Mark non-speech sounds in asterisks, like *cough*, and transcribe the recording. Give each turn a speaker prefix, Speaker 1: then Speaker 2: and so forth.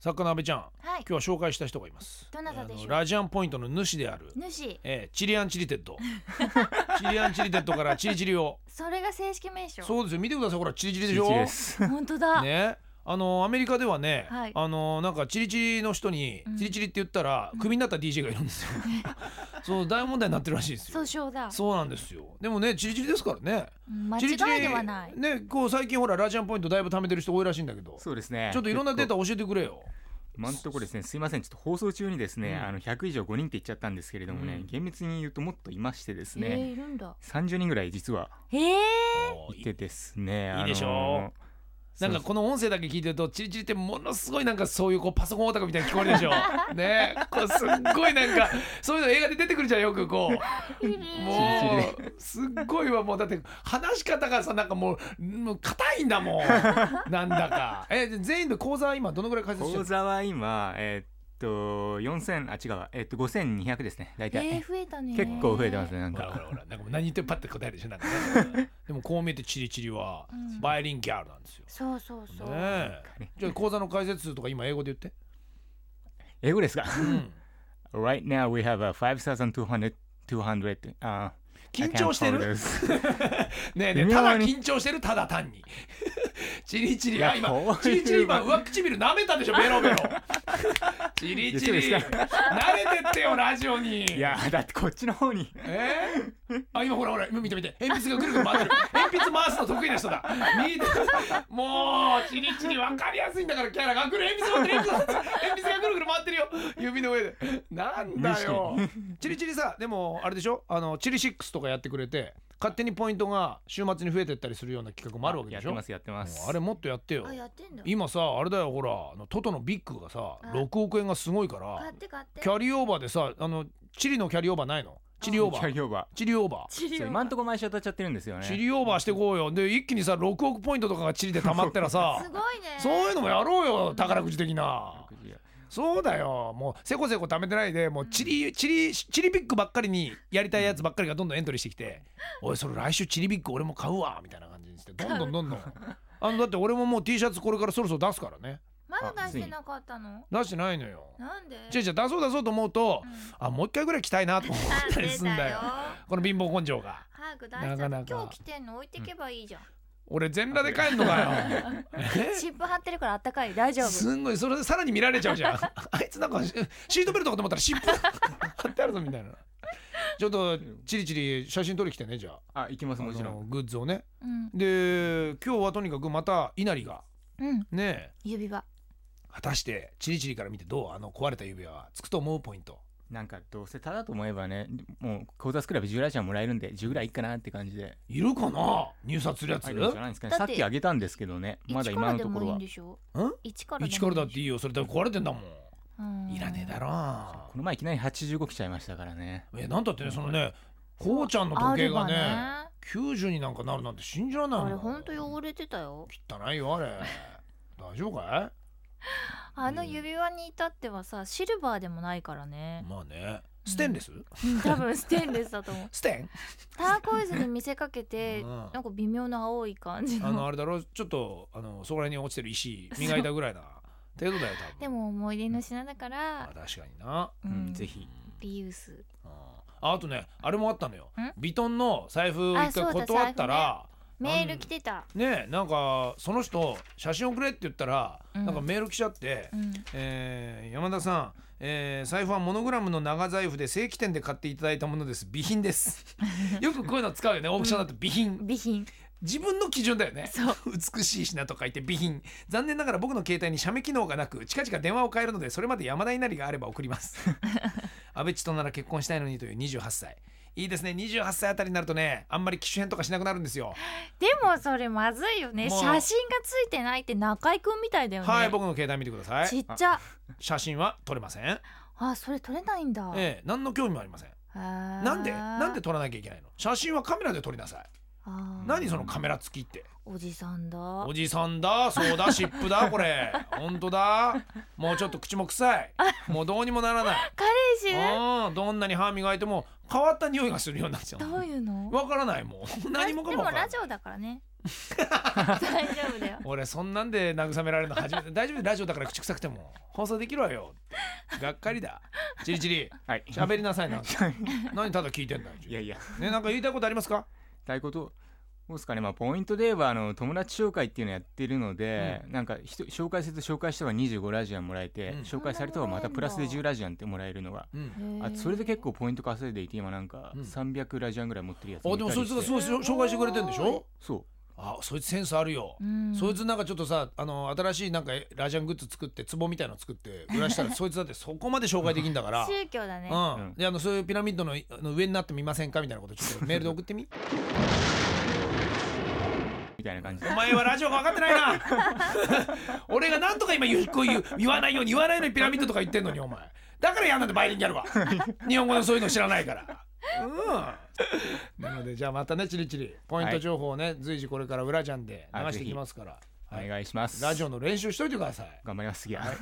Speaker 1: 作家の阿部ちゃん
Speaker 2: はい
Speaker 1: 今日は紹介した人がいます
Speaker 2: どなたでしょ
Speaker 1: あ
Speaker 2: う
Speaker 1: のラジアンポイントの主である、
Speaker 2: 主
Speaker 1: えーチリアンチリテッド
Speaker 2: *laughs*
Speaker 1: チリアンチリテッドからチリチリを
Speaker 2: それが正式名称
Speaker 1: そうですよ見てくださいほらチリチリでし
Speaker 3: 一
Speaker 1: ょ
Speaker 3: 日です。
Speaker 2: 本当だ、
Speaker 1: ねあのアメリカではね、
Speaker 2: はい
Speaker 1: あのなんかチリチリの人に、
Speaker 2: うん
Speaker 1: チリチリって言ったら
Speaker 2: うん
Speaker 1: クビになった DJ がいるんです
Speaker 2: *laughs*
Speaker 1: よ、そう大問題になってるらしいですよ
Speaker 2: 総称だ
Speaker 1: そうなんですよでもねチリチリですからね
Speaker 2: うん間
Speaker 1: チリチリ
Speaker 2: 違いではない
Speaker 1: ねこう最近ほらラジアンポイントだいぶ貯めてる人多いらしいんだけど
Speaker 3: そうですね。
Speaker 1: ちょっといろんなデータ
Speaker 3: 結構。
Speaker 1: 教えてくれよ
Speaker 3: 今のところですね、すいません、ちょっと放送中にですね、
Speaker 1: うん
Speaker 3: あの100以上5人って言っちゃったんですけれどもね、
Speaker 1: うん
Speaker 3: 厳密に言うともっといましてです
Speaker 2: え
Speaker 3: ね、
Speaker 2: ー、いるんだ
Speaker 3: 30人ぐらい実は
Speaker 2: へえ
Speaker 1: おー
Speaker 3: いてですね、
Speaker 1: いいでしょう
Speaker 3: う
Speaker 1: なんかこの音声だけ聞いてるとチリチリってものすごいなんかそういうこうパソコンオタクみたいに聞こえる
Speaker 2: *laughs*
Speaker 1: でしょねこうすっごいなんかそういうの映画で出てくるじゃんよくこうも
Speaker 3: チ
Speaker 1: うすっごいわもうだって話し方がさなんかもうもう硬いんだもんなんだかえで全員で講座は今どのぐらい解説して
Speaker 3: 講
Speaker 1: る
Speaker 3: 座は今、えーっと、4000、あ、違うわ、えーっと、5200ですね、大体。
Speaker 2: えー、増えたね
Speaker 3: 結構増えてますね、なん
Speaker 1: ほらほ
Speaker 3: か。
Speaker 1: らほらなんかもう何言ってもパッて答えるでしょなんか
Speaker 2: *laughs*
Speaker 1: ねでもこう見えてチリチリは
Speaker 2: うん
Speaker 1: バイリンギャルなんですよ、
Speaker 2: そうそうそう、
Speaker 1: ねえじゃあ講座の解説数とか今英語で
Speaker 2: *laughs*
Speaker 1: 言って、
Speaker 3: 英語ですか
Speaker 1: うん
Speaker 3: Right now we have a 5,200 200, uh,
Speaker 1: 緊張してる
Speaker 3: I can't
Speaker 1: ね
Speaker 3: follow this.
Speaker 1: えねえ
Speaker 3: 微
Speaker 1: た
Speaker 3: 妙
Speaker 1: だ
Speaker 3: に
Speaker 1: 緊張してるただ単に *laughs* チリチリあ
Speaker 3: いやこういう
Speaker 1: 今チリチリ今上唇舐めたでしょベ
Speaker 3: *laughs*
Speaker 1: ロベロチリチリ
Speaker 3: 言
Speaker 1: 慣れ
Speaker 3: って
Speaker 1: てってよラジオに
Speaker 3: いやだってこっちの方に
Speaker 1: えー、 *laughs* あ今ほらほら今見て見て鉛筆がぐるぐる回ってる鉛筆回すの得意な人だ見てもうチリチリ分かりやすいんだからキャラがくる鉛筆持ってる鉛筆持ってる鉛筆がぐるぐる回ってるよ指の上でなんだよチリチリさでもあれでしょあのチリシックスとかやってくれて勝手にポイントが週末に増えてったりするような企画もあるわけでしょ
Speaker 3: やってますやってます
Speaker 1: もうあれもっとやってよ
Speaker 2: あやってんだ
Speaker 1: 今さあれだよほらあのトトのビッグがさ
Speaker 2: あ
Speaker 1: 6億円がすごいか
Speaker 2: 買
Speaker 1: ら
Speaker 2: って買って
Speaker 1: キャリーオーバーでさあのチリのキャリーオーバーないのチリオーバ
Speaker 3: キャ
Speaker 1: ー
Speaker 3: リーオーバ
Speaker 1: チリオーバー。
Speaker 2: チ
Speaker 3: ー
Speaker 2: リ
Speaker 3: そう
Speaker 2: を
Speaker 3: 今んとこ毎週当たっちゃってるんですよね
Speaker 1: チリオーバーしてこうよ。で、一気にさ、6億ポイントとかがチリで溜まったらさ
Speaker 2: す、ごいね
Speaker 1: そういうのもやろうよ、宝くじ的な。
Speaker 3: いや
Speaker 1: そうだよ。もう、せこせこ貯めてないで、もう、チリ、チリ、チリビッグばっかりにやりたいやつばっかりがどんどんエントリーしてきて、おい、それ来週チリビッグ俺も買うわ、みたいな感じにして、どんどんどんど *laughs* ん。あの、だって俺ももう T シャツこれからそろそろ出すからね。
Speaker 2: まだ
Speaker 3: あ
Speaker 2: 出してなかったの
Speaker 1: 出してないのよ。
Speaker 2: なんで
Speaker 1: じゃあじゃあ出そう出そうと思うと
Speaker 2: う、ん
Speaker 1: あ、もう一回ぐらい着たいなと思ったりすん
Speaker 2: なん
Speaker 1: だ
Speaker 2: で
Speaker 1: よ。この貧乏根性が。
Speaker 2: 早く出し
Speaker 1: なか
Speaker 2: た
Speaker 1: なか
Speaker 2: ら今日着てんの置いてけばいいじゃん
Speaker 1: 俺全裸で帰んのかよ。 *laughs* え
Speaker 2: 湿布貼ってるからあったかい大丈夫
Speaker 1: すんごいそれでさらに見られちゃうじゃん *laughs* あいつなんかシシートベルトかと思ったら湿布 *laughs* 貼ってあるぞみたいなちょっとチリチリ写真撮り来てねじゃあ
Speaker 3: あ行きますもちろ
Speaker 1: あの
Speaker 3: ん
Speaker 1: グッズをね
Speaker 2: うん
Speaker 1: で今日はとにかくまた稲荷が
Speaker 2: うん
Speaker 1: ねえ
Speaker 2: 指輪
Speaker 1: 果たしてチリチリから見てどうあの壊れた指輪はつくと思うポイント
Speaker 3: なんかどうせただと思えばねもう講座スクラブ10ラジャーもらえるんで10ぐらいいっかなって感じで
Speaker 1: いるかな入札するやつ
Speaker 3: あるんじゃないですかね
Speaker 2: だ
Speaker 3: さ
Speaker 2: っ
Speaker 3: ってきあげたんですけどねまだ
Speaker 2: 1か
Speaker 3: 今
Speaker 2: ら
Speaker 3: の
Speaker 2: で
Speaker 3: とこ
Speaker 2: も
Speaker 3: ろ
Speaker 2: いいん
Speaker 3: は
Speaker 2: でしょ
Speaker 1: ん
Speaker 2: 1から
Speaker 1: 一からだってい
Speaker 2: い
Speaker 1: いよそれだって壊れてんだもんいらねえだろ
Speaker 3: この前いきなり85来ちゃいましたからね
Speaker 1: えなんだってねそのねこうちゃんの時計がね
Speaker 2: あ
Speaker 1: 90になんかなるなんて信じられ
Speaker 2: れ
Speaker 1: ない
Speaker 2: ば
Speaker 1: も
Speaker 2: ね
Speaker 1: ん
Speaker 2: あれほんと汚れてたよ
Speaker 1: 汚いよあれ *laughs* 大丈夫か
Speaker 2: あの指輪に至ってはさシルバーでもないから
Speaker 1: い
Speaker 2: ね
Speaker 1: まあねステンレス、
Speaker 2: うん多分ステンレスだと
Speaker 1: *laughs*
Speaker 2: 思う
Speaker 1: ステン
Speaker 2: ターコイズに見せかけて
Speaker 1: うん
Speaker 2: なんか微妙な青い感じ
Speaker 1: あ
Speaker 2: の
Speaker 1: のあれだろちょっとあのそこら辺に落ちてる石磨いたぐらいな程度だよ多分
Speaker 2: でも思い出の品だか
Speaker 1: まあ
Speaker 2: ら、
Speaker 1: 確かにな
Speaker 3: うんぜひ
Speaker 2: リユース
Speaker 1: うんああとねあれもあったのよ
Speaker 2: ん
Speaker 1: ヴィトンの財布
Speaker 2: あ
Speaker 1: 一
Speaker 2: そう
Speaker 1: 回
Speaker 2: だ
Speaker 1: 断ったら
Speaker 2: メール来てた、
Speaker 1: ねえなんかその人写真送れって言ったら、
Speaker 2: うん
Speaker 1: なんかメール来ちゃって、
Speaker 2: うん、
Speaker 1: えー山田さん、えー財布はモノグラムの長財布で正規店で買っていただいたものです備品です
Speaker 2: *laughs*
Speaker 1: よくこういうの使うよねオークションだと備品
Speaker 2: 備品
Speaker 1: 自分の基準だよね
Speaker 2: そう
Speaker 1: 美しい品と書いて備品残念ながら僕の携帯に写メ機能がなく近々電話を変えるのでそれまで山田稲荷があれば送ります *laughs* 安倍千となら結婚したいのにという28歳いいですね28歳あたりになるとねあんまり機種変とかしなくなるんですよ
Speaker 2: でもそれまずいよね
Speaker 1: もう
Speaker 2: 写真がついてないって中居くんみたいだよね、
Speaker 1: はい僕の携帯見てくださ
Speaker 2: ち
Speaker 1: い
Speaker 2: っちゃ
Speaker 1: 写真は撮れません
Speaker 2: あそれ撮れないんだ、
Speaker 1: ええ何の興味もありません
Speaker 2: な
Speaker 1: なんでなんで撮らなきゃいけないの写真はカメラで撮りなさい
Speaker 2: あー
Speaker 1: 何そのカメラ付きって
Speaker 2: おじさんだ
Speaker 1: おじさんだそうだ湿布だこ *laughs* れ本当だもうちょっと口も臭いもうどうにもならない
Speaker 2: 彼氏
Speaker 1: うんどんなに歯磨いても変わった匂いがするようになっちゃ
Speaker 2: どういうの
Speaker 1: わからない
Speaker 2: *laughs*
Speaker 1: もう何もかもわか
Speaker 2: でも
Speaker 1: んな
Speaker 2: ラ
Speaker 1: い
Speaker 2: ジオだか
Speaker 1: *laughs*
Speaker 2: らね大丈夫だよ
Speaker 1: 俺そんなんで慰められるの初めて大丈夫ラジオだから口臭くても放送できるわよがっかりだチリチリ
Speaker 3: はい
Speaker 1: 喋りなさい
Speaker 2: *laughs*
Speaker 1: な何ただ聞いてんだよ
Speaker 3: *laughs* いやいや
Speaker 1: ねなんか言いたいことありますか
Speaker 3: たいことどうですかねまあポイントで言えばあの友達紹介っていうのやってるので、なんか人紹介すると紹介した方が25ラジアンもらえて、
Speaker 1: うん
Speaker 3: 紹介された方がまたプラスで10ラジアンってもらえるのが
Speaker 1: うん
Speaker 3: あそれで結構ポイント稼いでいて今なんか
Speaker 1: うん
Speaker 3: 300ラジアンぐらい持ってるやつ
Speaker 1: あ
Speaker 3: もい
Speaker 1: で
Speaker 3: たり
Speaker 1: も
Speaker 3: して
Speaker 1: そいつがすごいしょ紹介してくれてんでしょ
Speaker 3: そう
Speaker 1: あそいつセンスあるよ
Speaker 2: うん
Speaker 1: そいつなんかちょっとさあの新しいなんかラジアングッズ作って壺みたいの作って売らした
Speaker 2: *laughs*
Speaker 1: らそいつだってそこまで紹介できるんだから
Speaker 2: 宗教だね
Speaker 1: う
Speaker 3: うん
Speaker 1: ん、であのそういうピラミッドのあの上になってみませんかみたいなことちょっとメールで送ってみ
Speaker 3: みたいな感じ
Speaker 1: *laughs*
Speaker 3: で
Speaker 1: お前はラジオが分かってないな *laughs* 俺がなんとか今言うこう言う言わないように言わないようにピラミッドとか言ってんのにお前だから嫌なんだバイリンギャル *laughs* は日本語のそういうの知らないからうんなのでじゃあまたねチリチリポイント情報をね、随時これから裏ジャンで流していきますから、
Speaker 3: お願いします
Speaker 1: ラジオの練習しといてください
Speaker 3: 頑張ります次は、
Speaker 1: はい